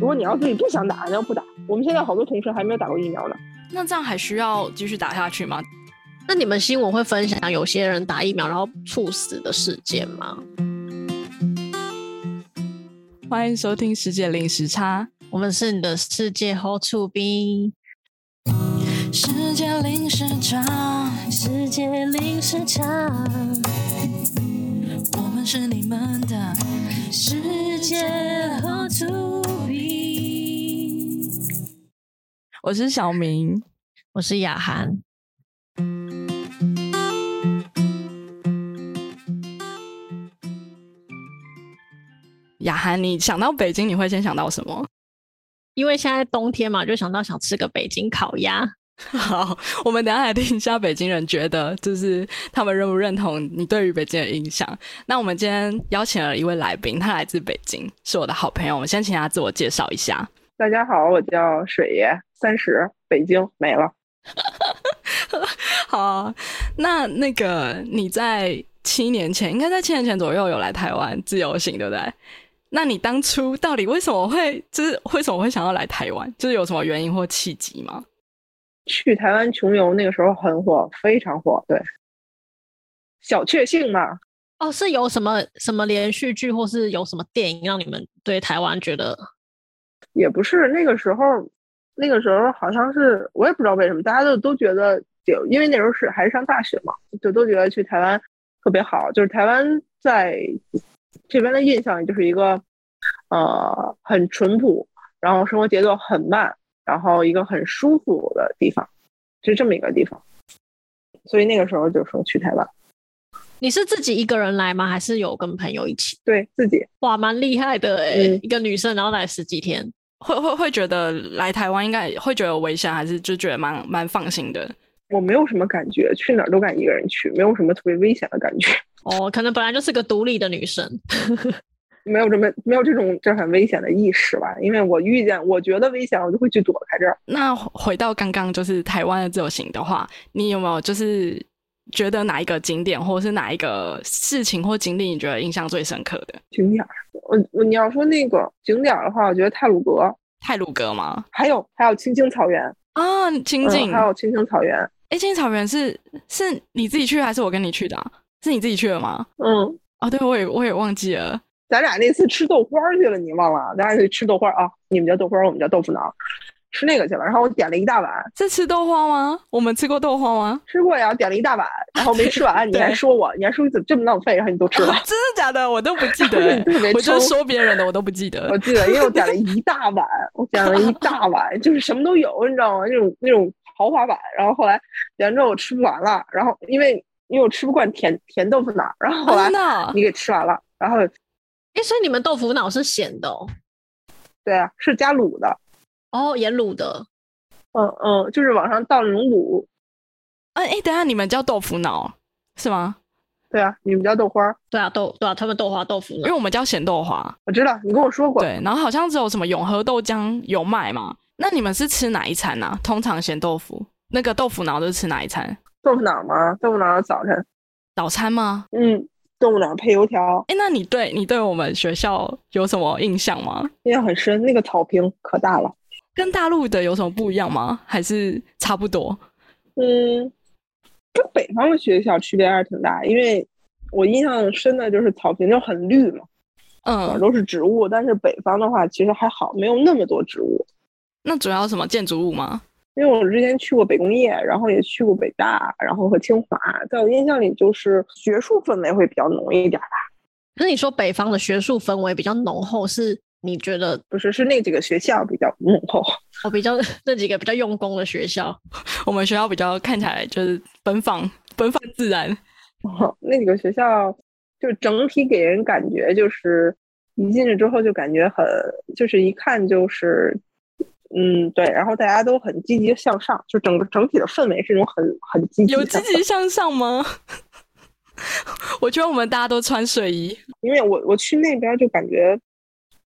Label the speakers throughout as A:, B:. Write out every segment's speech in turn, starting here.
A: 果你要自己不想打，那不打。我们现在好多同学还没有打过疫苗呢。
B: 那这样还需要继续打下去吗？
C: 那你们新闻会分享有些人打疫苗然后猝死的事件吗？
B: 欢迎收听《世界零时差
C: 我们是你的世界 Hold 处兵，》，
B: 世界零时差，
D: 世界零时差，
B: 我们是你们的。
D: 世界 Hold to be。
B: 我是小明，
C: 我是雅涵。
B: 雅涵，你想到北京，你会先想到什么？
C: 因为现在冬天嘛，就想到想吃个北京烤鸭。
B: 好，我们等一下来听一下北京人觉得，就是他们认不认同你对于北京的印象。那我们今天邀请了一位来宾，他来自北京，是我的好朋友。我们先请他自我介绍一下。
A: 大家好，我叫水爷，三十，北京没了。
B: 好啊，那那个你在七年前，应该在七年前左右有来台湾自由行，对不对？那你当初到底为什么会，就是为什么会想要来台湾？就是有什么原因或契机吗？
A: 去台湾穷游那个时候很火，非常火，对。小确幸嘛，
C: 哦，是有什么什么连续剧，或是有什么电影让你们对台湾觉得
A: 也不是那个时候，那个时候好像是我也不知道为什么，大家就都觉得，就因为那时候是还是上大学嘛，就都觉得去台湾特别好，就是台湾在这边的印象就是一个，呃，很淳朴，然后生活节奏很慢，然后一个很舒服的地方，就这么一个地方，所以那个时候就说去台湾，
C: 你是自己一个人来吗？还是有跟朋友一起？
A: 对自己
C: 哇，蛮厉害的哎、
A: 嗯
C: 一个女生然后来十几天，
B: 会会会觉得来台湾应该会觉得有危险，还是就觉得蛮蛮放心的？
A: 我没有什么感觉，去哪儿都敢一个人去，没有什么特别危险的感觉，
C: 哦，可能本来就是个独立的女生。
A: 没有这么没有这种这很危险的意识吧，因为我遇见我觉得危险，我就会去躲开这儿。
B: 那回到刚刚就是台湾的自由行的话，你有没有就是觉得哪一个景点或者是哪一个事情或经历你觉得印象最深刻的？
A: 景点儿，我我你要说那个景点儿的话，我觉得泰鲁阁，
B: 泰鲁阁吗？
A: 还有还有青青草原，
B: 啊，清境、
A: 嗯，还有青青草原，
B: 哎，青草原是是你自己去还是我跟你去的、啊？是你自己去的吗？
A: 嗯，
B: 哦，对，我也我也忘记了。
A: 咱俩那次吃豆花儿去了，你忘了？咱俩去吃豆花儿啊，你们叫豆花儿，我们叫豆腐脑，吃那个去了。然后我点了一大碗，
B: 是吃豆花吗？我们吃过豆花吗？
A: 吃过呀，点了一大碗，然后没吃完，你还说我，你还说你怎么这么浪费，然后你都 吃了。
B: 真的假的？ 我都不记得、 欸
A: 你特别
B: 我
A: 抽
B: 就是说别人的，我都不记 得
A: 我。记得，因为我点了一大碗，我点了一大碗，就是什么都有，你知道吗？那种那种豪华版。然后后来点完之后我吃不完了，然后因为因为我吃不惯甜甜豆腐脑，然后后
B: 啊
A: 来
B: 真的哦
A: 你给吃完了，然后
C: 哎、所以你们豆腐脑是咸的哦，
A: 对啊，是加卤的，
C: 哦，盐卤的。
A: 嗯嗯，就是往上倒那种卤，
B: 哎、哎，等一下你们叫豆腐脑是吗？
A: 对啊，你们叫豆花儿，
C: 对啊，豆对啊，他们豆花豆腐
B: 因
C: 脑
B: 为我们叫咸豆花。
A: 我知道你跟我说过，
B: 对，然后好像只有什么永和豆浆有卖嘛。那你们是吃哪一餐呢、啊？通常咸豆腐，那个豆腐脑都是吃哪一餐？
A: 豆腐脑嘛，豆腐脑早晨，
B: 早餐吗？
A: 嗯，豆腐脑配油条，
B: 哎，那你对你对我们学校有什么印象吗？
A: 印象很深，那个草坪可大了，
B: 跟大陆的有什么不一样吗？还是差不多？
A: 嗯，跟北方的学校区别还是挺大，因为我印象深的就是草坪就很绿嘛，
B: 嗯，
A: 都是植物，但是北方的话其实还好，没有那么多植物。
B: 那主要什么建筑物吗？
A: 因为我之前去过北工业，然后也去过北大，然后和清华，在我印象里就是学术氛围会比较浓一点吧。
C: 可是你说北方的学术氛围比较浓厚，是你觉得
A: 不是，是那几个学校比较浓厚。
C: 哦比较 那几个比较用功的学校？
B: 我们学校比较看起来就是奔放、奔放自然。
A: 那几个学校就整体给人感觉就是一进去之后就感觉很，就是一看就是，嗯，对，然后大家都很积极向上，就整个整体的氛围是一种很很积极
B: 有积
A: 向上
B: 极向上吗？ 我觉得我们大家都穿睡衣，
A: 因为我我去那边就感觉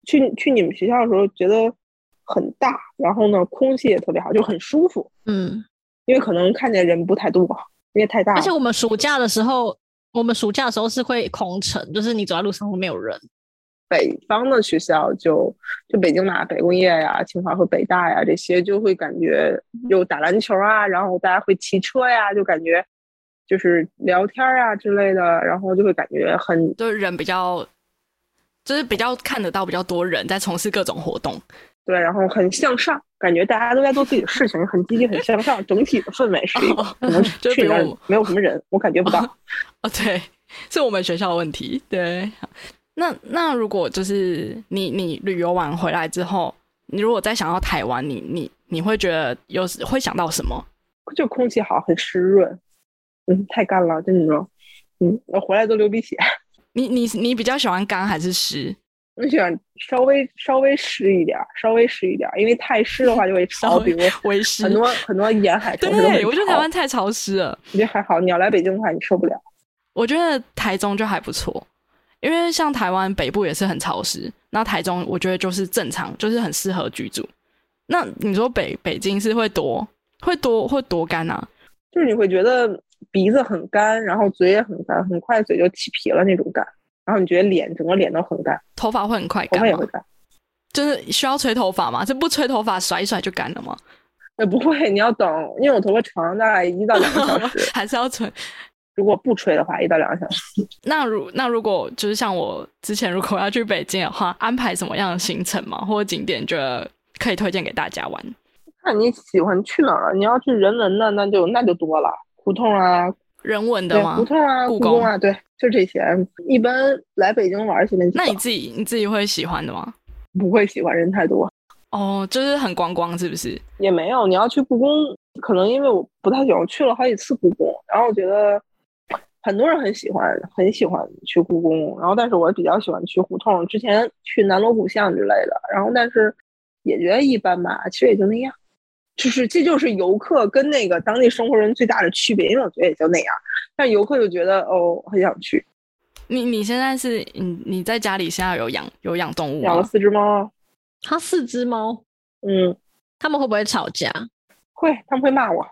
A: 去去你们学校的时候觉得很大，然后呢空气也特别好，就很舒服，
C: 嗯，
A: 因为可能看见人不太多，因为太大了，
C: 而且我们暑假的时候，我们暑假的时候是会空城，就是你走在路上会没有人。
A: 北方的学校就就北京嘛，北工业呀、清华和北大呀这些，就会感觉有打篮球啊，然后大家会骑车呀，就感觉就是聊天啊之类的，然后就会感觉很
B: 就是人比较，就是比较看得到比较多人在从事各种活动。
A: 对，然后很向上，感觉大家都在做自己的事情，很积极，很向上，整体的氛围是一 个
B: 哦
A: 可能
B: 就比
A: 去那儿
B: 如我
A: 没有什么人，我感觉不到。
B: 哦，对， 是我们学校的问题。对，好那那如果就是你你旅游完回来之后，你如果再想到台湾，你你你会觉得有会想到什么？
A: 就空气好，很湿润，嗯，太干了，真的，嗯，我回来都流鼻血。
B: 你你你比较喜欢干还是湿？
A: 我喜欢稍微稍微湿一点儿，稍微湿一点儿，因为太湿的话就会
B: 稍
A: 潮，
B: 微
A: 比如
B: 微湿
A: 很多很多沿海城市都
B: 对，
A: 很
B: 我觉得台
A: 潮
B: 湾太潮湿了。
A: 你觉得还好，你要来北京的话你受不了。
B: 我觉得台中就还不错，因为像台湾北部也是很潮湿，那台中我觉得就是正常，就是很适合居住。那你说北北京是会多会多会多干啊？
A: 就是你会觉得鼻子很干，然后嘴也很干，很快嘴就起皮了那种干，然后你觉得脸整个脸都很干，
B: 头发会很快
A: 头
B: 干
A: 发也
B: 吗
A: 会？干。
B: 就是需要吹头发吗？这不吹头发甩一甩就干了吗？
A: 呃，不会，你要等，因为我头发长，大概一到两个 小时。
B: 还是要吹？
A: 如果不吹的话，一到两个小时。
B: 那如那如果就是像我之前如果要去北京的话，安排什么样的行程吗？或者景点，觉得可以推荐给大家玩？
A: 看你喜欢去哪儿啊了。你要去人文的，那就那就多了，胡同啊，
B: 人文的
A: 对，
B: 吗
A: 胡？同啊，
B: 故
A: 故
B: 宫
A: 宫啊，对，就这些。一般来北京玩儿去那几
B: 那你
A: 个
B: 自己你自己会喜欢的吗？
A: 不会喜欢人太多，
B: 哦，就是很观光，是不是？
A: 也没有。你要去故宫，可能因为我不太喜欢，我去了好几次故宫，然后我觉得很多人很喜欢，很喜欢去故宫，然后但是我比较喜欢去胡同，之前去南锣鼓巷之类的，然后但是也觉得一般吧，其实也就那样。就是，这就是游客跟那个当地生活人最大的区别，因为我觉得也就那样。但游客就觉得哦，很想去，
B: 你你现在是你你在家里现在有养有养动物
A: 养了
B: 吗？
A: 四只猫，
C: 它四只猫，
A: 嗯，
C: 它们会不会吵架？
A: 会，他们会骂我，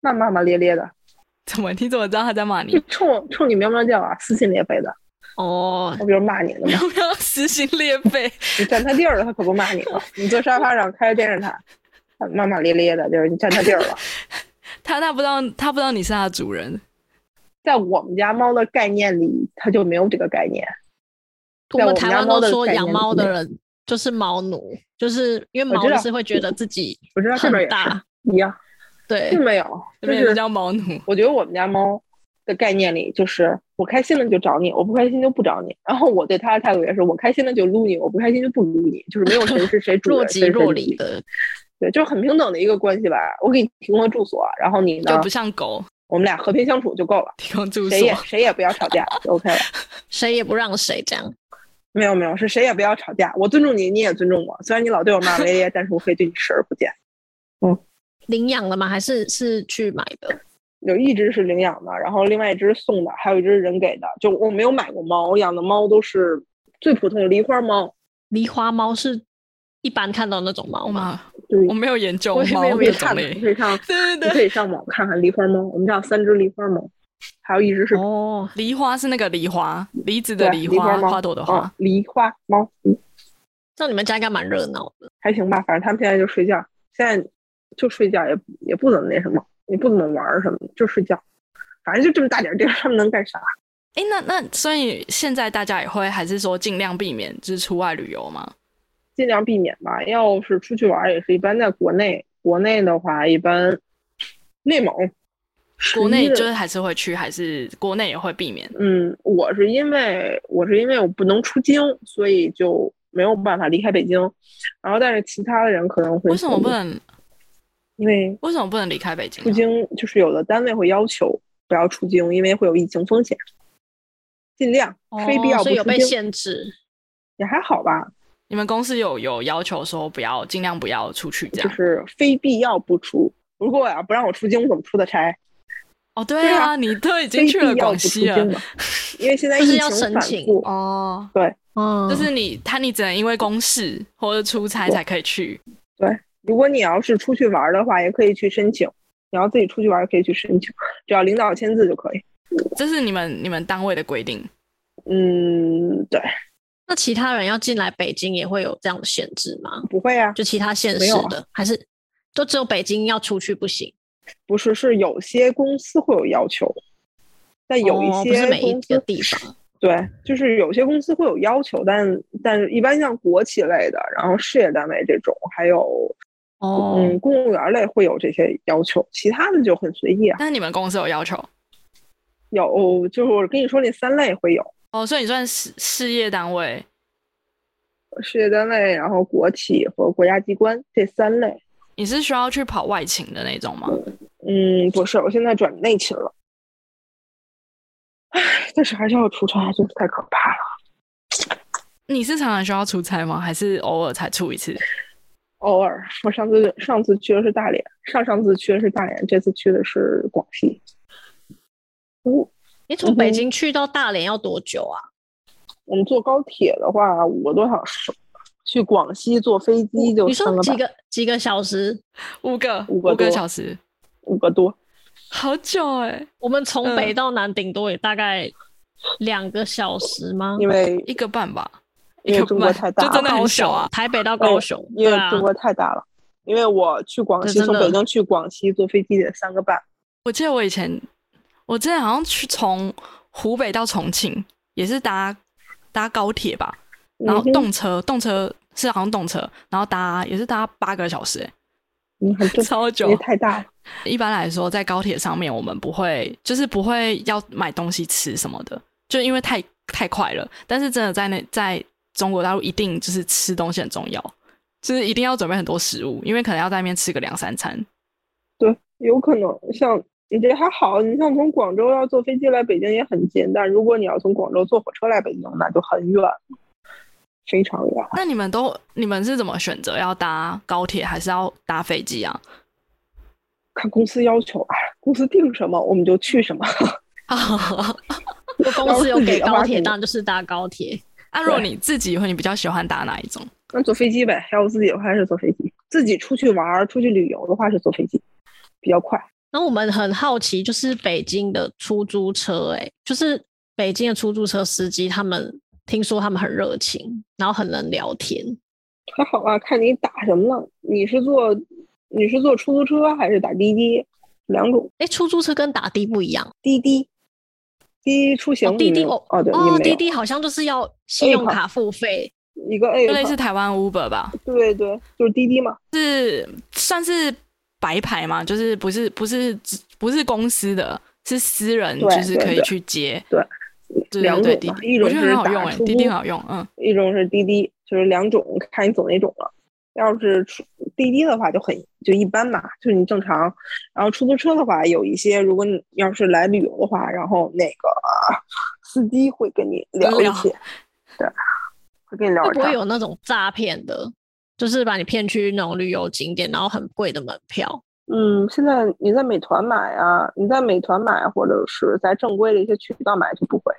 A: 骂骂骂咧咧的，
B: 怎么你怎么知道它在 骂
A: 就
B: 你？
A: 冲我冲你喵喵叫啊，撕心裂肺的。
C: 哦，
A: 我比如骂你呢嘛，
B: 要不要撕心裂肺？
A: 你占他地儿了，他可不骂你了。你坐沙发上开着电视台，他骂骂咧咧的，就是你占他地儿了。
B: 它它不知道它不知道你是它的主人。
A: 在我们家猫的概念里，它就没有这个概念。
C: 我
A: 在
C: 们
A: 我们
C: 台
A: 家
C: 湾
A: 猫
C: 都
A: 的
C: 说
A: 概
C: 养
A: 念
C: 猫
A: 里
C: 的
A: 面
C: 人就是猫奴，就是因为
A: 我
C: 猫
A: 知
C: 就
A: 道
C: 是会觉得自己
A: 我知道这
C: 很
A: 边也是
C: 大，
A: 一样，
C: 对
A: 并没有，
B: 这
A: 就
B: 边也
A: 是
B: 不叫猫奴，
A: 我觉得我们家猫的概念里，就是我开心了就找你，我不开心就不找你。然后我对它的态度也是，我开心了就撸你，我不开心就不撸你，就是没有谁是谁主人，
C: 若即若离
A: 的。
C: 的，
A: 对，就是很平等的一个关系吧。我给你提供了住所，然后你
B: 就
A: 呢
B: 不，像狗
A: 我们俩和平相处就够了，
B: 提供住
A: 谁也
B: 所。哦
A: 谁也不要吵架就，OK 了。
C: 谁也不让谁这样。
A: 没有没有，是谁也不要吵架，我尊重你，你也尊重我。虽然你老对我 骂咧咧，但是我可以对你视而不见。
C: 领养了吗？还是是去买的？
A: 有一只是领养的，然后另外一只是送的，还有一只是人给的。就我没有买过猫，我养的猫都是最普通的狸花猫。
C: 狸花猫是一般看到那种猫吗？
B: 妈，
A: 对，
B: 我没有研究
A: 我也
B: 猫
A: 没有
B: 的
A: 没
B: 种
A: 看呢，
B: 类
A: 你。可以 上，
B: 对
A: 你
B: 对
A: 可
B: 对，
A: 以上网看看狸花猫。我们家有三只狸花猫，还有一只是
C: 哦，
B: 梨花是那个梨花，梨子
A: 对啊
B: 的梨
A: 花
B: 花，
A: 猫，
B: 花朵的
A: 嗯
B: 花。
A: 狸花猫。嗯
C: 那你们家应该蛮热闹的。
A: 还行吧，反正他们现在就睡觉，现在就睡觉也不也不怎么那什么，也不怎么玩儿什么，就睡觉。反正就这么大点地儿，他们能干啥？
B: 哎，那那所以现在大家也会还是说尽量避免就是出外旅游吗？
A: 尽量避免吧。要是出去玩儿，也是一般在国内。国内的话，一般内蒙、
B: 国内
A: 11的
B: 就是还是会去，还是国内也会避免。
A: 嗯，我是因为我是因为我不能出京，所以就没有办法离开北京。然后，但是其他的人可能会
B: 为什么不？能？
A: 因为
B: 为什么不能离开北京、
A: 出
B: 啊？
A: 京就是有的单位会要求不要出京，因为会有疫情风险，尽量非必要
C: 哦，
A: 不
C: 所以有
A: 出
C: 被
A: 京。
C: 限制。
A: 也还好吧，
B: 你们公司有有要求说不要，尽量不要出去这
A: 就
B: 样。
A: 是非必要不出。如果我啊要不让我出京，我怎么出的差？
B: 哦，对
A: 对
B: 啊，
A: 啊
B: 你都
A: 非
B: 已经
A: 必
B: 去了
A: 要不
B: 广
A: 出
B: 西
A: 京
B: 了
A: 嘛，因为现在
C: 就是
A: 疫
C: 要
A: 情
C: 申
A: 反
C: 请
A: 复，
B: 哦，
C: 嗯，
B: 就是你他你只能因为公事或者出差才可以去。
A: 如果你要是出去玩的话，也可以去申请。你要自己出去玩，也可以去申请，只要领导签字就可以。
B: 这是你们你们单位的规定。
A: 嗯，对，
C: 那其他人要进来北京也会有这样的限制吗？
A: 不会啊，
C: 就其他县市
A: 没有啊
C: 的，还是就只有北京要出去不行？
A: 不是，是有些公司会有要求，但有一
C: 哦不
A: 些
C: 是每一
A: 公司、
C: 个 地方。
A: 对，就是有些公司会有要求，但但是一般像国企类的，然后事业单位这种，还有
C: 哦
A: 嗯公务员类会有这些要求，其他的就很随意啊。
B: 但你们公司有要求
A: 有就是我跟你说那三类会有
B: 哦，所以你算事事业单位
A: 事业单位，然后国企和国家机关这三类。
B: 你是需要去跑外勤的那种吗？
A: 嗯，不是，我现在转内勤了。唉，但是还是要出差，真是太可怕了。
B: 你是常常需要出差吗？还是偶尔才出一次？
A: 偶尔，我上次上次去的是大连，上上次去的是大连，这次去的是广西。我
C: 你从北
A: 嗯哼
C: 京去到大连要多久啊？
A: 我们嗯坐高铁的话，五个多小时；去广西坐飞机就
C: 哦你
A: 三
C: 说
A: 个
C: 几
A: 半，
C: 个几个小时？
B: 五个
A: 五个
B: 个
A: 多
B: 小时，
A: 五个多。
B: 好久哎、
C: 我们从
B: 嗯
C: 北到南顶多也大概两个小时吗？
A: 因为
B: 一个半吧，
A: 因
B: 一
A: 为
B: 个
A: 中国
B: 半
A: 太大
B: 就真的
C: 高
B: 很
C: 雄
B: 小啊。
C: 台北到高雄，
A: 哎因
C: 对
A: 为
C: 啊
A: 中，国太大了。因为我去广
C: 这
A: 西，
C: 真
A: 从
C: 的
A: 北京去广西坐飞机得三个半。
B: 我记得我以前，我之前好像去从湖北到重庆，也是搭搭高铁吧，然后
A: 嗯哼
B: 动车，动车是好像动车，然后搭也是搭八个小时、
A: 嗯，很
B: 欸，
A: 正，
B: 超
A: 因为
B: 久。
A: 太大了。
B: 一般来说，在高铁上面，我们不会就是不会要买东西吃什么的，就因为太太快了。但是真的在那在中国大陆，一定就是吃东西很重要，就是一定要准备很多食物，因为可能要在那边吃个两三餐。
A: 对，有可能像你这还好，你像从广州要坐飞机来北京也很近，但如果你要从广州坐火车来北京，那就很远，非常远。
B: 那你们都你们是怎么选择要搭高铁还是要搭飞机啊？
A: 看公司要求，哎，公司定什么我们就去 什么。
C: 如果公司有
A: 自己
C: 给
A: 的话
C: 高铁，
A: 可以
C: 当然就是搭高铁。
B: 啊，如果你自己会，你比较喜欢搭哪一种？
A: 那坐飞机呗，要我自己的话是坐飞机，自己出去玩儿、出去旅游的话是坐飞机，比较快。
C: 那我们很好奇，就是北京的出租车、欸，就是北京的出租车司机，他们听说他们很热情，然后很能聊天。
A: 还好啊，看你打什么了。你是坐你是坐出租车还是打滴滴？两种，
C: 哎、出租车跟打的不一样，
A: 滴滴，滴滴出行
C: 哦，滴滴
A: 你没有
C: 哦，
A: 哦，对，你
C: 哦，
A: 没有
C: 滴滴好像就是要信用卡付费，
A: 一个 A
B: 就类
A: 款
B: 似台湾 Uber 吧，
A: 对对，就是滴滴嘛。
B: 是算是白牌嘛，就是不是不是不是公司的，是私人，
A: 对
B: 就是可
A: 对
B: 以
A: 对
B: 去接。
A: 对
B: 对
A: 两
B: 对对，滴
A: 种嘛
B: 滴
A: 一种
B: 我觉得很
A: 是
B: 好
A: 打
B: 用哎，
A: 出
B: 滴滴
A: 租
B: 很好用，嗯。
A: 一种是滴滴，就是两种，看你走哪种了。要是出滴滴的话就很就一般嘛，就是你正常。然后出租车的话，有一些如果你要是来旅游的话，然后那个司机会跟你聊一
B: 聊
A: 些，对，会跟你聊
C: 会
A: 一
C: 不会
A: 下。
C: 有那种诈骗的？就是把你骗去那种旅游景点，然后很贵的门票。
A: 嗯，现在你在美团买啊，你在美团买或者是在正规的一些渠道买就不会。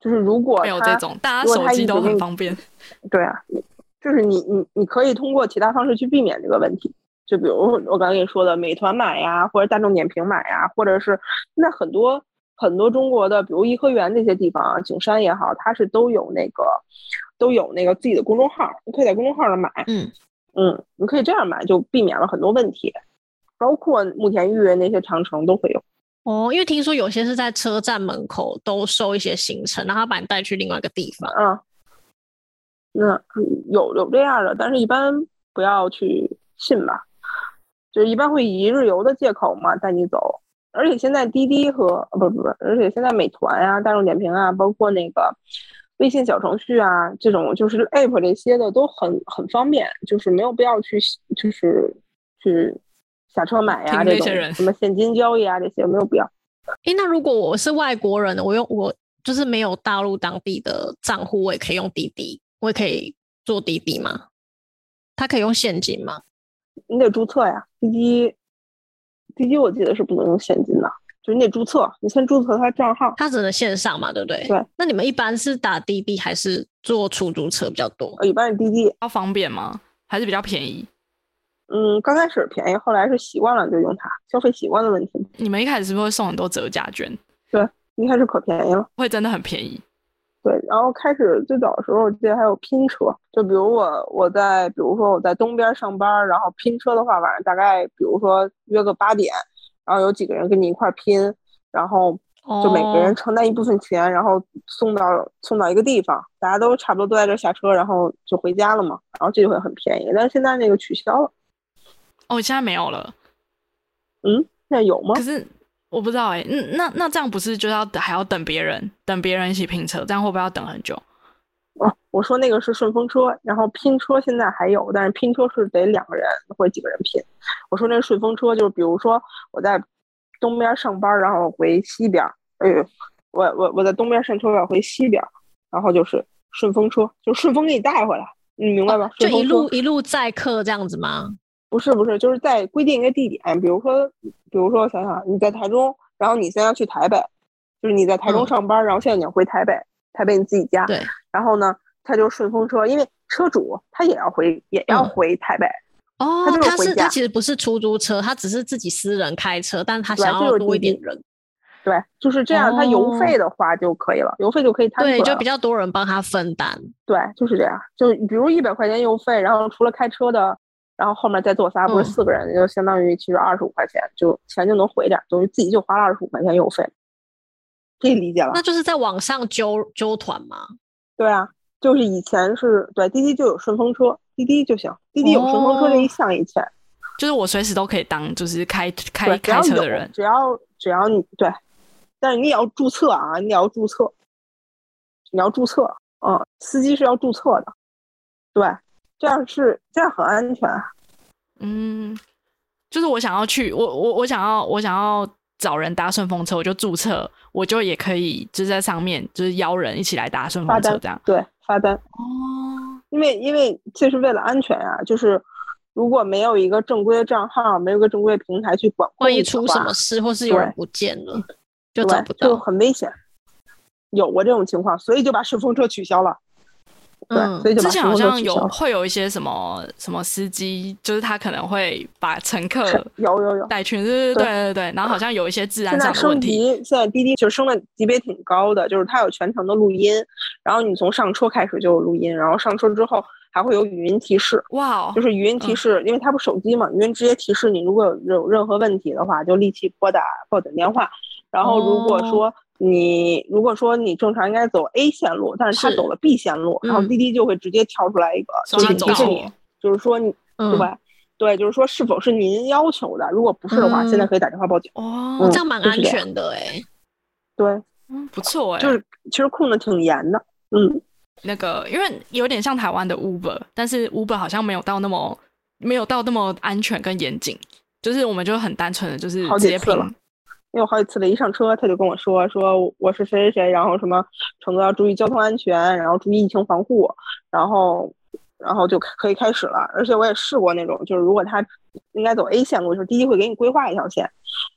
A: 就是如果
B: 没有
A: 他
B: 这种，大
A: 哦
B: 家
A: 如果
B: 手
A: 他
B: 机
A: 一
B: 都
A: 直给
B: 很
A: 你
B: 方便。
A: 对啊，你就是你你你可以通过其他方式去避免这个问题，就比如我刚才跟你说的，美团买呀，或者大众点评买呀，或者是那很多很多中国的，比如颐和园这些地方啊，景山也好，它是都有那个都有那个自己的公众号，你可以在公众号上买，
C: 嗯
A: 嗯，你可以这样买，就避免了很多问题，包括慕田峪那些长城都会有。
C: 哦，因为听说有些是在车站门口都收一些行程，然后把你带去另外一个地方。
A: 啊，那有有这样的，但是一般不要去信吧，就是一般会以一日游的借口嘛带你走。而且现在滴滴和呃不不不，而且现在美团啊、大众点评啊，包括那个微信小程序啊，这种就是 app 这些的都很很方便，就是没有必要去就是去下车买呀、
B: 听
A: 这
B: 那些
A: 种
B: 人
A: 什么现金交易啊这些没有必要。
C: 诶，那如果我是外国人，我用我就是没有大陆当地的账户，我也可以用滴滴，我也可以做滴滴吗？他可以用现金吗？
A: 你得注册呀，滴滴，滴滴我记得是不能用现金的，就是你得注册，你先注册他账号。
C: 他只能线上嘛，对不对？
A: 对。
C: 那你们一般是打滴滴还是坐出租车比较多？
A: 呃，一般是滴滴，
B: 要方便吗？还是比较便宜？
A: 嗯，刚开始便宜，后来是习惯了就用它，消费习惯的问题。
B: 你们一开始是不是会送很多折价券？
A: 一开始可便宜了，
B: 会真的很便宜，
A: 对，然后开始最早的时候，我记得还有拼车，就比如我我在比如说我在东边上班儿，然后拼车的话，晚上大概比如说约个八点，然后有几个人跟你一块儿拼，然后就每个人承担一部分钱，然后送到送到一个地方，大家都差不多都在这儿下车，然后就回家了嘛，然后这就会很便宜。但是现在那个取消了，
B: 哦，现在没有了。
A: 现在有吗
B: 可？是我不知道哎、嗯那那这样不是就要等还要等别人，等别人一起拼车，这样会不会要等很久？
A: 哦，我说那个是顺风车，然后拼车现在还有，但是拼车是得两个人或者几个人拼。我说那个顺风车就是，比如说我在东边上班，然后回西边，哎呦，我我我在东边上车，要回西边，然后就是顺风车，就顺风给你带回来，你明白吧？
C: 就
A: 顺风
C: 哦一
A: 车
C: 路一路载客这样子吗？
A: 不是不是，就是在规定一个地点，比如说，比如说，我想想，你在台中，然后你现在要去台北，就是你在台中
C: 嗯
A: 上班，然后现在你要回台北，台北你自己家，
C: 对，
A: 然后呢，他就顺风车，因为车主他也要回，也要
C: 嗯
A: 回台北，
C: 哦
A: 他就是，
C: 他
A: 回
C: 是
A: 家
C: 他其实不是出租车，他只是自己私人开车，但是他
A: 对
C: 想
A: 这
C: 要
A: 有
C: 多一
A: 滴滴
C: 点人，
A: 对，就是这样，他油
C: 哦
A: 费的话就可以了，油费就可以摊出来
C: 对，
A: 了，
C: 就比较多人帮他分担。
A: 对，就是这样，就比如一百块钱油费，然后除了开车的。然后后面再坐仨，不
C: 嗯
A: 是四个人，就相当于其实二十五块钱，就钱就能回点儿，等于自己就花了二十五块钱油费，可以理解吧？
C: 那就是在网上揪揪团嘛。
A: 对啊，就是以前是对滴滴就有顺风车，滴滴就行，滴滴有顺风车这一
C: 哦
A: 项以前，
B: 就是我随时都可以当就是开开
A: 对，只要
B: 开车的
A: 有
B: 人，
A: 只要只要你对，但是你也要注册啊，你也要注册，你要注册，嗯，司机是要注册的，对，这样是这样很安全，啊
B: 嗯，就是我想要去，我我我想要我想要找人搭顺风车，我就注册，我就也可以就是在上面就是邀人一起来搭顺
A: 发
B: 风车
A: 单
B: 这样。
A: 对发单，
B: 哦，
A: 因为因为这是为了安全呀、就是。如果没有一个正规的账号，没有一个正规的平台去管控
C: 万一
A: 你的
C: 出
A: 话
C: 什么事，或是有人
A: 对
C: 不见了，就
A: 对，
C: 找不
A: 就
C: 到。
A: 很危险。有过这种情况，所以就把顺风车取消了。对，
C: 嗯
A: 所以就把
B: 之
A: 顺
B: 前好
A: 风车
B: 像
A: 取
B: 有
A: 消了。
B: 会有一些什么什么司机，就是他可能会把乘客
A: 是 有有有，
B: 带去，对对对对对，然后好像有一些治安
A: 现在
B: 上的问
A: 升
B: 题。
A: 级，现在滴滴就升了级别挺高的，就是它有全程的录音，然后你从上车开始就有录音，然后上车之后还会有语音提示，
B: 哇哦，
A: 就是语音
C: 嗯
A: 提示，因为它不手机嘛，语音直接提示你如果有有任何问题的话，就立即拨打报警电话。然后如果
C: 哦
A: 说你、如果说你正常应该走 A 线路，但是他
C: 是
A: 走了 B 线路，然后
C: 嗯
A: 滴滴就会直接跳出来一个，
B: 说
A: 就是提
B: 他走
A: 示
B: 错
A: 你，就是说你、对
C: 嗯，
A: 吧？对，就是说是否是您要求的，如果不是的话，现在
C: 嗯
A: 可以打电话报警。
B: 哦
A: 嗯
C: 这，样蛮
A: 就是
C: 安
A: 这样
C: 全的哎。
A: 对，
B: 嗯不错哎、
A: 就是其实控的挺严的，嗯，
B: 那个，因为有点像台湾的 Uber，但是 Uber 好像没有到那么没有到那么安全跟严谨，就是我们就很单纯的就是
A: 好
B: 直
A: 几
B: 接
A: 次
B: 拼
A: 了因为我好几次了，一上车他就跟我说说我是谁谁谁，然后什么乘坐要注意交通安全，然后注意疫情防护，然后然后就可以开始了。而且我也试过那种，就是如果他应该走 A 线路，就是滴滴会给你规划一条线，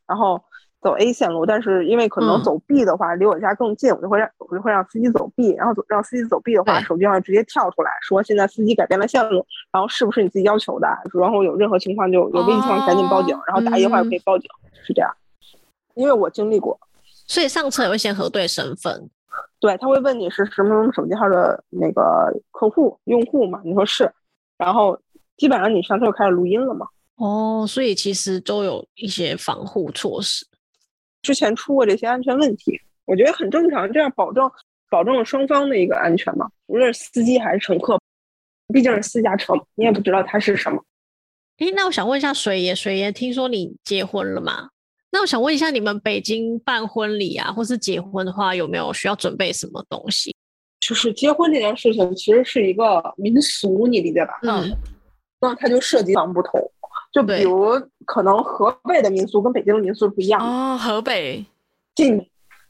A: 然后走 A 线路，但是因为可能
C: 嗯
A: 走 B 的话、离我家更近，我就会让我就会让司机走 B，然后走让司机走 B 的话，
C: 对
A: 手机上直接跳出来说现在司机改变了线路，然后是不是你自己要求的？然后有任何情况就有危急情况赶紧报警，
B: 哦
A: 然后打一电话就可以报警，是这样。因为我经历过，
C: 所以上车也会先核对身份，
A: 对他会问你是什么什么手机号的那个客户用户嘛，你说是，然后基本上你上车就开始录音了嘛。
C: 哦，所以其实都有一些防护措施。
A: 之前出过这些安全问题，我觉得很正常，这样保证保证了双方的一个安全嘛，无论是司机还是乘客，毕竟是私家车嘛，你也不知道它是什么。
C: 诶，那我想问一下水爷，水爷，听说你结婚了吗？那我想问一下，你们北京办婚礼啊，或是结婚的话，有没有需要准备什么东西？
A: 就是结婚这件事情其实是一个民俗，你理解吧？
B: 嗯，
A: 那它就涉及方不同，就比
C: 对
A: 如可能河北的民俗跟北京的民俗是不一样的。
B: 哦，河北
A: 近，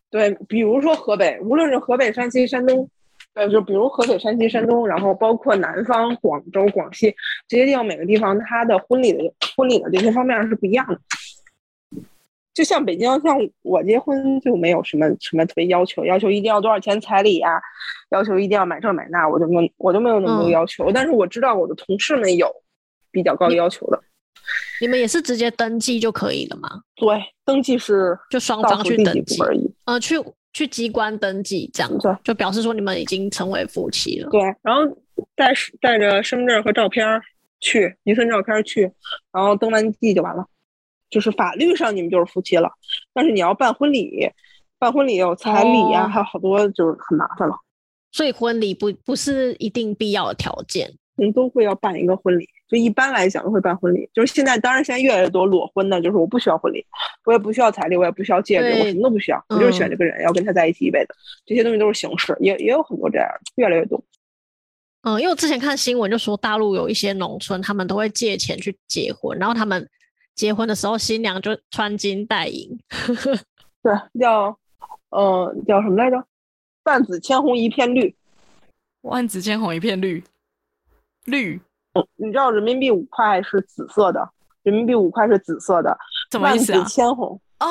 A: 对，比如说河北，无论是河北、山西、山东，对，就比如河北、山西、山东，然后包括南方广州、广西这些地方，每个地方它的婚礼的婚礼的这些方面是不一样的。就像北京，像我结婚就没有什么什么特别要求，要求一定要多少钱彩礼啊，要求一定要买这买那，我就没有我就没有那么多
C: 嗯
A: 要求。但是我知道我的同事们有比较高要求的，
C: 你们也是直接登记就可以了吗？
A: 对，登记是
C: 就双
A: 倒
C: 方
A: 数
C: 去
A: 第
C: 登
A: 几
C: 记
A: 步？而已。
C: 呃，去去机关登记，这样
A: 对
C: 就表示说你们已经成为夫妻了。
A: 对，然后带是带着身份证和照片儿去，离婚照片儿去，然后登完记就完了。就是法律上你们就是夫妻了，但是你要办婚礼，办婚礼有彩礼呀、
C: 哦
A: 还有好多就是很麻烦了。
C: 所以婚礼不不是一定必要的条件。
A: 我们都会要办一个婚礼，就一般来讲都会办婚礼。就是现在，当然现在越来越多裸婚的，就是我不需要婚礼，我也不需要彩礼，我也不需要戒指，
C: 对嗯
A: 我什么都不需要，我就是喜欢这个人，要跟他在一起一辈子。这些东西都是形式，也也有很多这样的，越来越多。
C: 嗯，因为我之前看新闻就说，大陆有一些农村，他们都会借钱去结婚，然后他们结婚的时候，新娘就穿金戴银，
A: 对，叫呃叫什么来着？万紫千红一片绿。
B: 万紫千红一片绿，绿
A: 你知道人民币五块是紫色的，人民币五块是紫色的，
B: 什么意思啊
A: 万？紫千红，
B: 哦，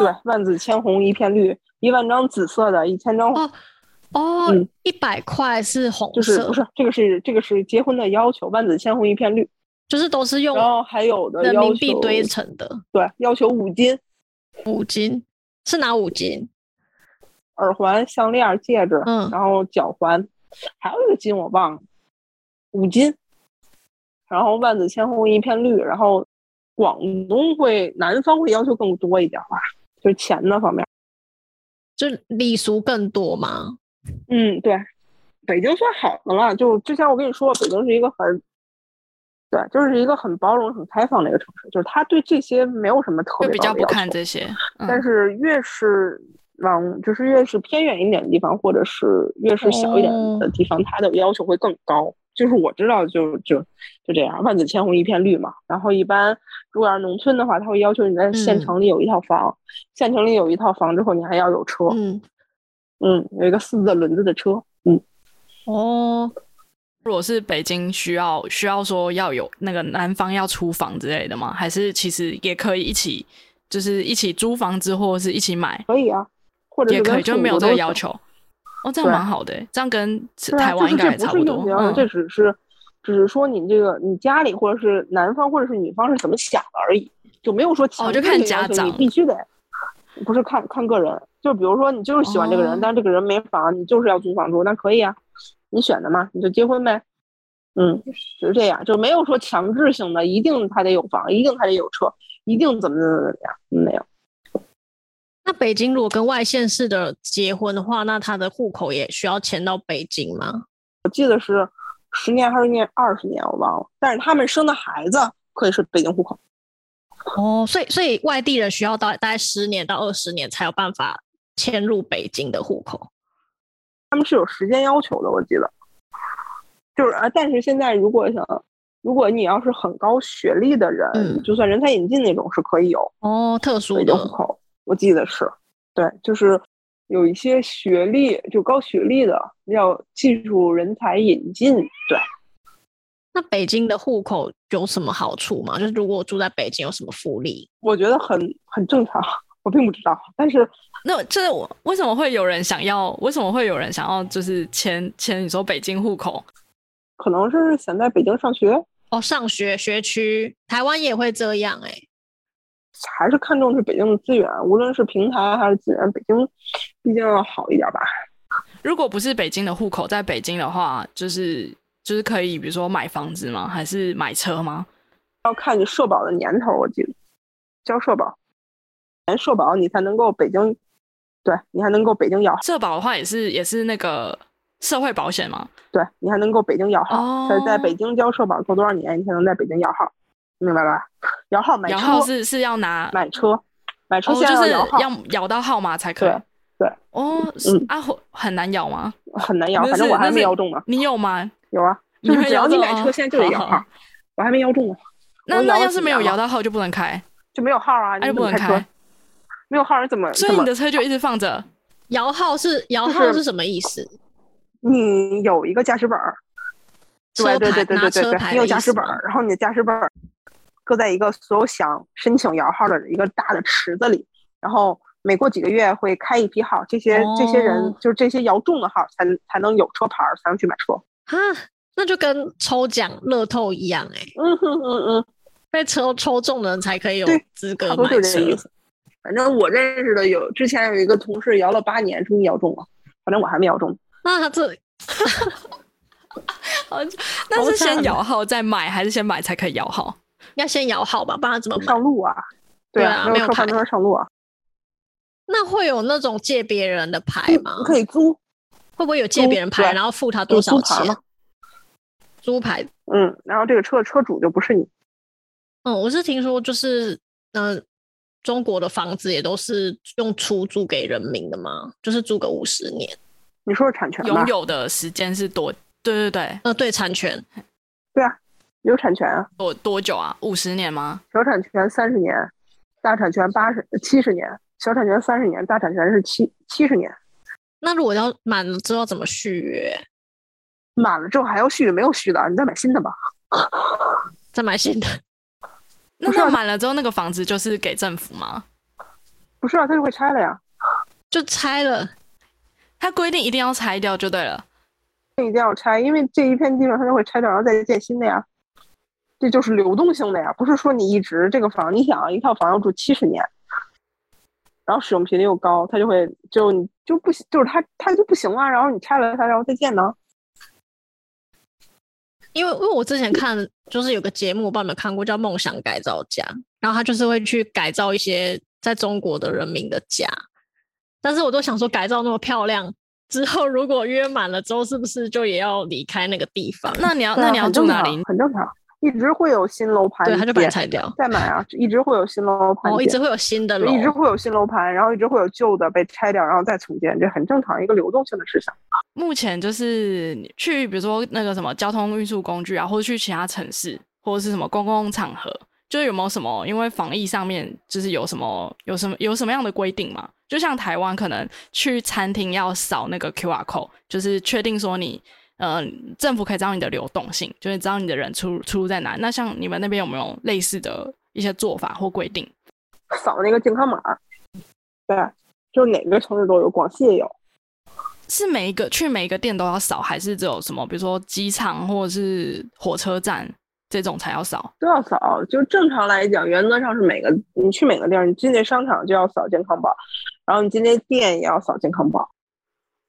A: 对，万紫千红一片绿，一万张紫色的，一千张
C: 哦哦
A: 嗯，
C: 一百块是红
A: 就是
C: 色，
A: 不是这个是这个是结婚的要求，万紫千红一片绿。
C: 就是都是用
A: 然后还有的
C: 人
A: 哦要
C: 民币
A: 求
C: 堆成的
A: 对，要求五金、
C: 五金，是拿五金，
A: 耳环、项链、戒指，
C: 嗯
A: 然后脚环，还有一个金我忘了，五金。然后万紫千红一片绿，然后广东会南方会要求更多一点吧，就是钱的方面。
C: 就礼俗更多嘛。
A: 嗯，对，北京算好的了。就之前我跟你说，北京是一个很，对，就是一个很包容、很开放的一个城市，就是他对这些没有什么特别
B: 就比
A: 高
B: 较
A: 的
B: 不
A: 要
B: 看
A: 求
B: 这些。
A: 但
B: 嗯，
A: 是越是往就是越是偏远一点的地方，或者是越是小一点
B: 哦
A: 的地方，它的要求会更高。就是我知道就，就就这样，万紫千红一片绿嘛。然后一般如果要是农村的话，他会要求你在
B: 嗯
A: 县城里有一套房，县城里有一套房之后，你还要有车，
C: 嗯，
A: 嗯，有一个四个轮子的车，嗯，
C: 哦，
B: 如果是北京需要需要说要有那个男方要出房之类的吗？还是其实也可以一起，就是一起租房子或者是一起买
A: 可以啊，或者
B: 也
A: 是跟
B: 可以，就
A: 父
B: 没有
A: 母
B: 这
A: 都
B: 个
A: 行
B: 要求。哦，这样
A: 对
B: 蛮好的欸，这样跟
A: 对啊
B: 台湾应该也差
A: 就是这
B: 多
A: 不是硬。性要求，这
B: 嗯
A: 只是只是说你这个你家里或者是男方或者是女方是怎么想的而已，就没有说强
B: 哦就
A: 制
B: 看
A: 性
B: 家
A: 要求
B: 长
A: 你必须得，不是看看个人。就比如说你就是喜欢这个人，
B: 哦
A: 但是这个人没房，你就是要租房住，那可以啊，你选的嘛，你就结婚呗。嗯，就是这样，就没有说强制性的，一定他得有房，一定他得有车，一定怎么怎么怎么样，没有。
C: 那北京如果跟外县市的结婚的话，那他的户口也需要迁到北京吗？
A: 十年还是年二十年我忘了，但是他们生的孩子可以是北京户口。
C: 哦，所以所以外地人需要到大概十年到二十年才有办法迁入北京的户口。
A: 他们是有时间要求的，我记得。就是啊，但是现在如果想，如果你要是很高学历的人，
C: 嗯
A: 就算人才引进那种是可以有
C: 哦，特殊
A: 北京户
C: 的，
A: 口，我记得是。对，就是有一些学历就高学历的要技术人才引进，对，
C: 那北京的户口有什么好处吗？就是如果我住在北京有什么福利？
A: 我觉得很很正常，我并不知道，但是
B: 那这我为什么会有人想要？为什么会有人想要就是迁迁你说北京户口？
A: 可能是想在北京上学，
C: 哦，上学学区，台湾也会这样哎、
A: 还是看重是北京的资源，无论是平台还是资源，北京毕竟要好一点吧。
B: 如果不是北京的户口，在北京的话，就是就是可以，比如说买房子吗？还是买车吗？
A: 要看你社保的年头，我记得交社保，年社保你才能够北京，对你还能够北京摇号，
B: 社保的话也是也是那个社会保险嘛。
A: 对你还能够北京摇号，
B: 哦
A: 在在北京交社保够多少年，你才能在北京摇号，明白了吧？摇号买
B: 摇
A: 车
B: 号是是要拿
A: 买车买车
B: 哦，
A: 现
B: 就
A: 在
B: 是
A: 摇号、
B: 要摇到号码才可以
A: 对。对
B: 哦，是
A: 嗯
B: 啊，很很难摇吗？
A: 很难摇，
B: 那
A: 反正
B: 是
A: 我还
B: 那
A: 没
B: 是
A: 摇中呢，
B: 你有吗？
A: 有 啊，
B: 你
A: 就是
B: 还
A: 只要
B: 摇
A: 你
B: 中
A: 买
B: 哦
A: 车现在就得摇
B: 好
A: 号，我还没摇中呢，
B: 那
A: 我摇
B: 那
A: 了
B: 要
A: 几
B: 是没有
A: 年了
B: 摇到号就不能开，
A: 就没有号啊，
B: 那
A: 你
B: 就
A: 怎
B: 不
A: 么
B: 能
A: 开车
B: 开？，
A: 没有号你怎么
B: 所以
A: 怎
B: 你
A: 么
B: 的车就一直放
A: 哦
B: 着。
C: 摇号是摇
A: 就是
C: 号是什么意思？
A: 你有一个驾驶本儿，对对对
C: 车牌
A: 对
C: 拿
A: 对对
C: 车
A: 对，
C: 牌
A: 你有
C: 的意
A: 驾驶
C: 思
A: 本
C: 吗
A: 儿，然后你的驾驶本儿搁在一个所有想申请摇号的一个大的池子里，然后每过几个月会开一批号，这些、这些人
C: 哦
A: 就是这些摇中的号才才能有车牌儿，才能去买车。
C: 啊，那就跟抽奖乐透一样哎、
A: 嗯哼嗯嗯，
C: 被抽抽中的人才可以有
A: 对
C: 资
A: 差
C: 格
A: 不多
C: 买
A: 就这个
C: 车
A: 意思。反正我认识的有之前有一个同事摇了八年，终于摇中了，反正我还没摇中。
C: 那 这
B: 好，那是
C: 好
A: 啊
B: 先
C: 惨
B: 摇号再买，还是先买才可以摇号？
C: 要先摇号吧，不然怎么办？
A: 上路啊，
C: 对啊
A: 啊，
C: 没
A: 没
C: 有
A: 有车
C: 牌
A: 换车上路啊，
C: 那会有那种借别人的牌吗？
A: 可以租，
C: 会不会有借别人
A: 嗯租
C: 牌，
A: 对
C: 然后付他多少
A: 有租牌
C: 钱
A: 吗？
C: 租牌，
A: 嗯，然后这个车的车主就不是你，
C: 嗯，我是听说就是，嗯、中国的房子也都是用出租给人民的嘛，就是租个五十年。
A: 你说是产权吧
B: 拥？有的时间是多？对对对，
C: 呃，对，产权，
A: 有产权啊，
B: 多多久啊？五十年吗？
A: 小产权三十年，大产权八十七十年，小产权三十年，大产权是七七十年，
C: 那如果要满了之后怎么续约？
A: 满了之后还要续，没有续的，你再买新的吧。
C: 再买新的？
B: 那
A: 不是啊
B: 那买了之后，那个房子就是给政府吗？
A: 不是啊，他就会拆了呀，
C: 就拆了，
B: 它规定一定要拆掉就对了。
A: 一定要拆，因为这一片地方他就会拆掉，然后再建新的呀。这就是流动性的呀，不是说你一直这个房，你想啊一套房要住七十年，然后使用频率又高，它就会就你就不行，就是它它就不行了，然后你拆了它，然后再建呢。
C: 因为因为我之前看就是有个节目，我不知道你们有看过，叫《梦想改造家》，然后他就是会去改造一些在中国的人民的家，但是我都想说改造那么漂亮。之后如果约满了之后，是不是就也要离开哦那个地方？
B: 那你要
A: 对啊
B: 那你要
A: 很
B: 住
A: 正
B: 哪
A: 常，
B: 里？
A: 很正常，一直会有新楼盘，
C: 对，他就把你拆掉。
A: 再买啊，一直会有新楼盘
C: 哦，一
A: 建
C: 直会有新的
A: 对
C: 楼
A: 一，直会有新楼盘，然后一直会有旧的被拆掉，然后再重建，这很正常，一个流动性的事情。
B: 目前就是你去，比如说那个什么交通运输工具啊，或者去其他城市，或者是什么公共场合，就是有没有什么因为防疫上面就是有什么有什么有什么样的规定嘛？就像台湾可能去餐厅要扫那个 QR code，就是确定说你呃政府可以知道你的流动性，就是知道你的人出出入在哪。那像你们那边有没有类似的一些做法或规定？
A: 扫那个健康码儿，对，就是哪个城市都有，广西也有。
B: 是每一个去每一个店都要扫，还是只有什么，比如说机场或者是火车站这种才要扫？
A: 都要扫。就正常来讲，原则上是每个你去每个地儿，你进那商场就要扫健康宝，然后你进那店也要扫健康宝。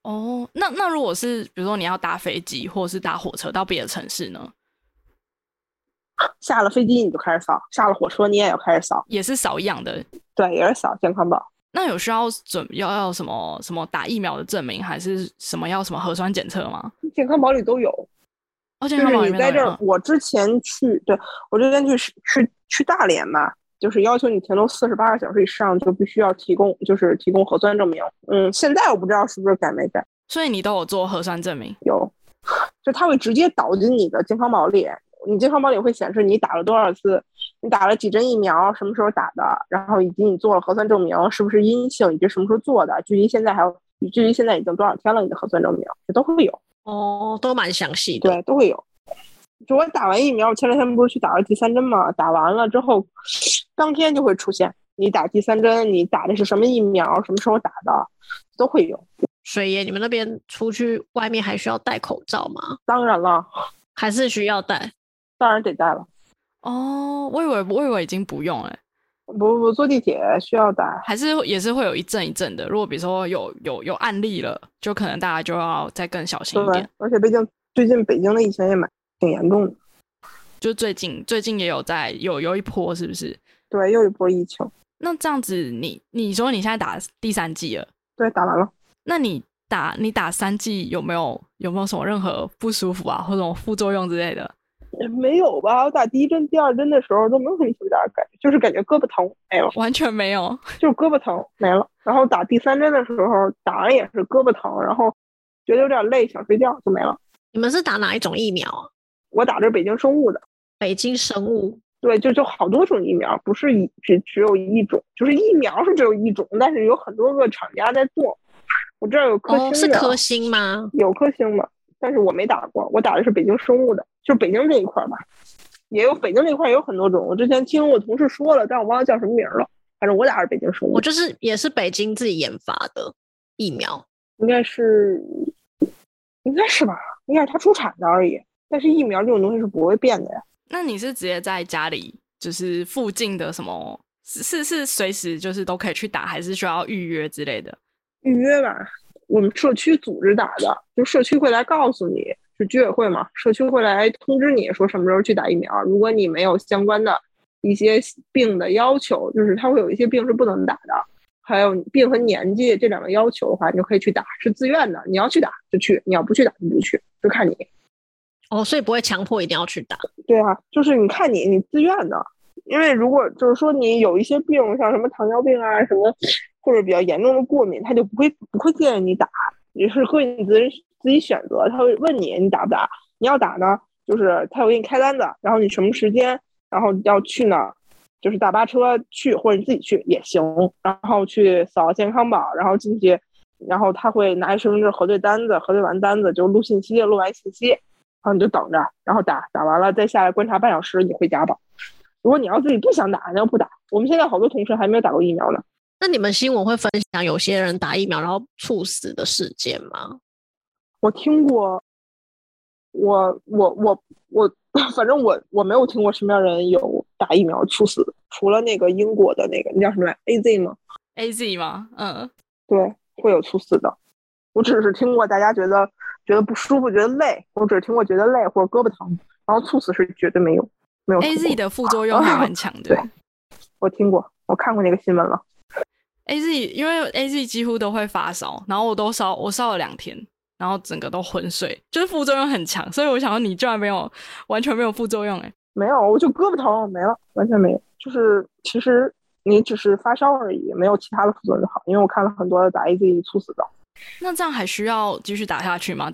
B: 哦，那那如果是比如说你要搭飞机或者是搭火车到别的城市呢，
A: 下了飞机你就开始扫，下了火车你也要开始扫，
B: 也是扫一样的。
A: 对，也是扫健康宝。
B: 那有需要准要要什么什么打疫苗的证明，还是什么要什么核酸检测吗？
A: 健康宝里都有，
B: 哦，健
A: 就
B: 康宝
A: 是
B: 里
A: 你
B: 面
A: 在
B: 都
A: 这
B: 有
A: 儿
B: 吗。
A: 我之前去，对我之前去是去去大连嘛，就是要求你停留四十八个小时以上，就必须要提供，就是提供核酸证明。嗯，现在我不知道是不是改没改。
B: 所以你都有做核酸证明。
A: 有，就它会直接导进你的健康宝里，你健康宝里会显示你打了多少次，你打了几针疫苗，什么时候打的，然后以及你做了核酸证明是不是阴性，以及什么时候做的，距离现在还有，距离现在已经多少天了，你的核酸证明这都会有，
C: 哦，都蛮详细的。
A: 对，都会有。就我打完疫苗，我前两天不是去打了第三针嘛，打完了之后，当天就会出现你打第三针，你打的是什么疫苗，什么时候打的，都会有。
C: 水爷，你们那边出去外面还需要戴口罩吗？
A: 当然了，
C: 还是需要戴？
A: 当然得戴了。
B: 哦，我以为我以为已经不用了，
A: 不不，坐地铁需要戴。
B: 还是也是会有一阵一阵的。如果比如说有有有案例了，就可能大家就要再更小心一点
A: 对。，而且毕竟最近北京的疫情也蛮挺严重的，
B: 就最近最近也有在有有一波，是不是？
A: 对，又一波疫情，
B: 那这样子你，你说你现在打第三季了，
A: 对，打完了。
B: 那你打你打三季有没有有没有什么任何不舒服啊，或者什么副作用之类的？
A: 没有吧？我打第一针、第二针的时候都没有什么特别大的感觉，就是感觉胳膊疼，没了，
B: 完全没有。
A: 就是胳膊疼没了。然后打第三针的时候，打完也是胳膊疼，然后觉得有点累，想睡觉就没了。
C: 你们是打哪一种疫苗啊？
A: 我打的是北京生物的，
C: 北京生物
A: 对，就就好多种疫苗，不是一只只有一种，就是疫苗是只有一种，但是有很多个厂家在做。我这儿有科兴
C: 哦，
A: 的，
C: 是科兴吗？
A: 有颗星的，但是我没打过，我打的是北京生物的，就是北京这一块儿吧，也有北京这一块儿也有很多种。我之前听我同事说了，但我忘了叫什么名儿了。反正我打的是北京生物
C: 我，就是也是北京自己研发的疫苗，
A: 应该是应该是吧，应该是它出产的而已。但是疫苗这种东西是不会变的呀，
B: 那你是直接在家里，就是附近的什么是是随时就是都可以去打，还是需要预约之类的？
A: 预约吧，我们社区组织打的，就社区会来告诉你，是居委会嘛，社区会来通知你说什么时候去打疫苗。如果你没有相关的一些病的要求，就是它会有一些病是不能打的，还有病和年纪这两个要求的话，你就可以去打，是自愿的。你要去打就去，你要不去打就不去，就看你。
C: 哦，所以不会强迫一定要去打。
A: 对啊，就是你看你你自愿的，因为如果就是说你有一些病，像什么糖尿病啊什么，或者比较严重的过敏，他就不会不会建议你打，也是会你自己自己选择，他会问你你打不打，你要打呢，就是他会给你开单子，然后你什么时间，然后要去哪儿，就是大巴车去或者你自己去也行，然后去扫健康宝，然后进去，然后他会拿身份证核对单子，核对完单子就录信息，录完信息。然后你就等着，然后打打完了再下来观察半小时，你回家吧。如果你要自己不想打，那就不打。我们现在好多同事还没有打过疫苗呢。
C: 那你们新闻会分享有些人打疫苗然后猝死的事件吗？
A: 我听过，我我我我， 反正我我没有听过身边人有打疫苗猝死的，除了那个英国的那个，那叫什么来？A Z 吗？
B: A Z 吗？嗯，
A: 对，会有猝死的。我只是听过大家觉得觉得不舒服，觉得累，我只是听过觉得累或者胳膊疼，然后猝死是绝对没有没有听
B: A
A: 过。
B: Z 的副作用还蛮强的。
A: 哦对我听过，我看过那个新闻了。
B: A Z 因为 A Z 几乎都会发烧，然后我都烧，我烧了两天，然后整个都昏睡，就是副作用很强，所以我想说你居然没有完全没有副作用哎、
A: 没有，我就胳膊疼，没了，完全没有。就是其实你只是发烧而已，没有其他的副作用就好。因为我看了很多打 AZ 猝死的，
B: 那这样还需要继续打下去吗？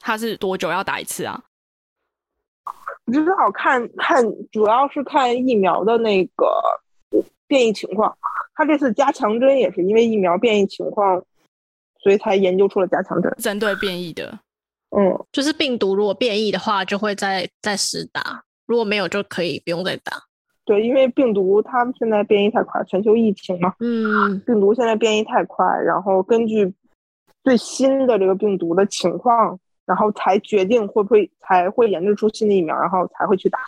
B: 它是多久要打一次啊？
A: 不知道看看主要是看疫苗的那个变异情况。他这次加强针也是因为疫苗变异情况，所以才研究出了加强针。
B: 针对变异的，
A: 嗯，
C: 就是病毒如果变异的话，就会再再施打；如果没有，就可以不用再打。
A: 对，因为病毒它们现在变异太快，全球疫情嘛，
C: 嗯，
A: 病毒现在变异太快，然后根据最新的这个病毒的情况，然后才决定会不会才会研制出新的疫苗，然后才会去打。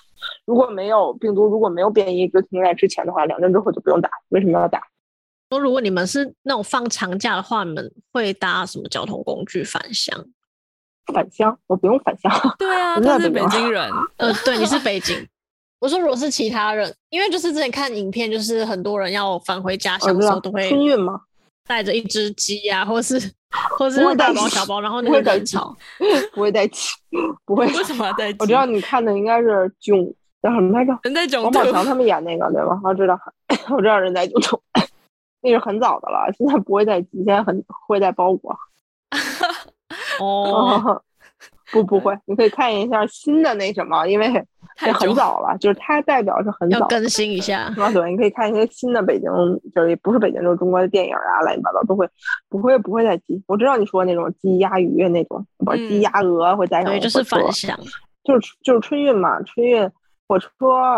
A: 如果没有病毒，如果没有变异，就停在之前的话，两针之后就不用打。为什么要打？
C: 说如果你们是那种放长假的话，你们会搭什么交通工具返乡？
A: 返乡，我不用返乡。
B: 对啊，
A: 我
B: 他
A: 在
B: 是
A: 北
B: 北
A: 京
B: 京 人，
C: 呃，对，你是北京。 我说如果是其他人，因为就是之前看影片，就是很多人要返回家乡
A: 我
C: 的
A: 知
C: 时
A: 道
C: 候，都会
A: 春运嘛，
C: 带着一只鸡啊，或是或是
A: 不会带
C: 大包
A: 鸡
C: 小包，然后那
A: 不会
C: 个
A: 带
C: 人
A: 鸡
C: 潮，
A: 不会带起，不 会。
B: 为什么要带鸡？
A: 我知道你看的应该是囧，叫什么来着？
B: 人在囧
A: 王
B: 途
A: 宝，强他们演那个对吧？我知道，我知道人在囧途，那是很早的了，现在不会带鸡，现在很会带包裹。
C: 哦，
A: 哦， 不不会，你可以看一下新的那什么，因为这
B: 太
A: 很
B: 久
A: 早了，就是它代表是很
C: 要
A: 早。
C: 更新一下。
A: 啊，对，你可以看一些新的北京，就是也不是北京，就是中国的电影啊，乱七八糟都会，不会不会带鸡。我知道你说那种鸡鸭鱼那种，不是
B: 嗯
A: 鸡鸭鹅会带上
C: 对，
A: 火
C: 就
A: 车，
C: 是返乡。
A: 就是就是春运嘛，春运火车、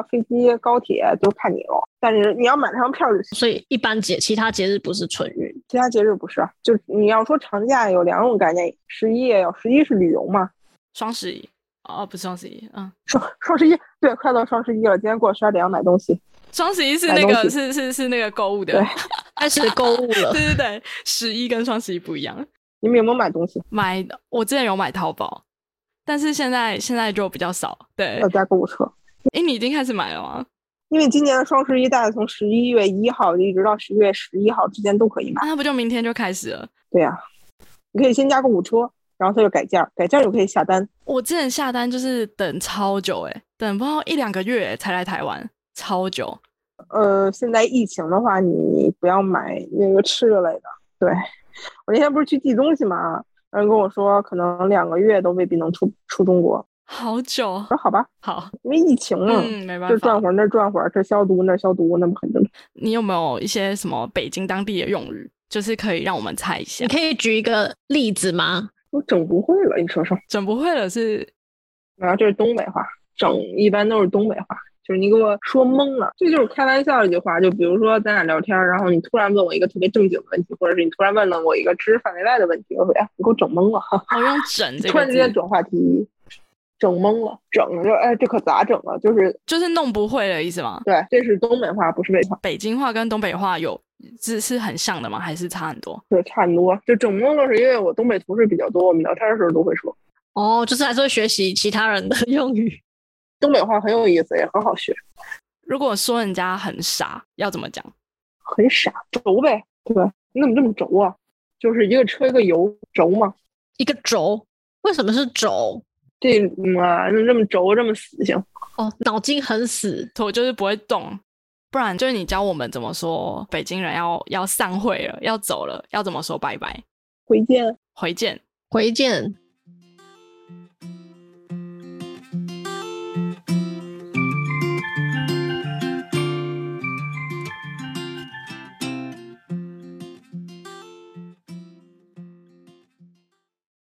A: 飞机、高铁都看你了。但是你要买得上票就行。
C: 所以一般节其他节日不是春运，
A: 其他节日不是啊，就是你要说长假有两种概念，十一也有，十一是旅游嘛，
B: 双十一哦，不是双十一，嗯，
A: 双双十一，对，快到双十一了，今天过了十二点要买东西。
B: 双十一是
A: 买
B: 那
A: 东
B: 个
A: 西
B: 是是是那个购物的
A: 对，
C: 开始购物 了
B: 对。对对，十一跟双十一不一样。
A: 你们有没有买东西？
B: 买我之前有买淘宝，但是现在现在就比较少。对
A: 要，加购物车，
B: 哎，你已经开始买了吗？
A: 因为今年的双十一大概从十一月一号就一直到十一月十一号之间都可以买。
B: 啊，那不就明天就开始了？
A: 对呀、你可以先加购物车，然后它就改价，改价就可以下单。
B: 我之前下单就是等超久、欸，等不到一两个月、才来台湾，超久。
A: 呃，现在疫情的话，你不要买那个吃的类的。对我那天不是去寄东西嘛，有人跟我说可能两个月都未必能出出中国。
B: 好久，
A: 我说好吧，
B: 好，
A: 因为疫情嘛，
B: 嗯，没
A: 这
B: 办
A: 转
B: 法。
A: 会儿那转会儿，这消毒那消毒，那不很正常。
B: 你有没有一些什么北京当地的用语，就是可以让我们猜一下
C: 你？可以举一个例子吗？
A: 我整不会了，你说说。
B: 整不会了是
A: 然后这是东北话，整一般都是东北话，就是你给我说懵了，这就是开玩笑一句话。就比如说咱俩聊天，然后你突然问我一个特别正经的问题，或者是你突然问了我一个知识范围外的问题，我说哎，你给我整懵了，
B: 哦，用“整”这
A: 突
B: 个
A: 然之间
B: 字，
A: 转话题，整懵了，整着哎，这可咋整啊？就是
B: 就是弄不会的意思吗？
A: 对，这是东北话，不是北方，
B: 北京话跟东北话有是是很像的吗？还是差很多？
A: 对，差很多。就整懵了，是因为我东北同事比较多，我们聊天的时候都会说
C: 哦，就是还是会学习其他人的 用语。
A: 东北话，很有意思，也很好学，
B: 如果说人家很傻，要怎么讲？
A: 很傻轴呗，对吧？你怎么这么轴啊？就是一个车一个油，轴嘛。
C: 一个轴，为什么是轴？
A: 这嗯啊，你怎么这么轴，这么死性？
C: 哦，脑筋很死，
B: 我就是不会动。不然就是你教我们怎么说北京人要要散会了，要走了，要怎么说拜拜，
A: 回见，
B: 回见，
C: 回见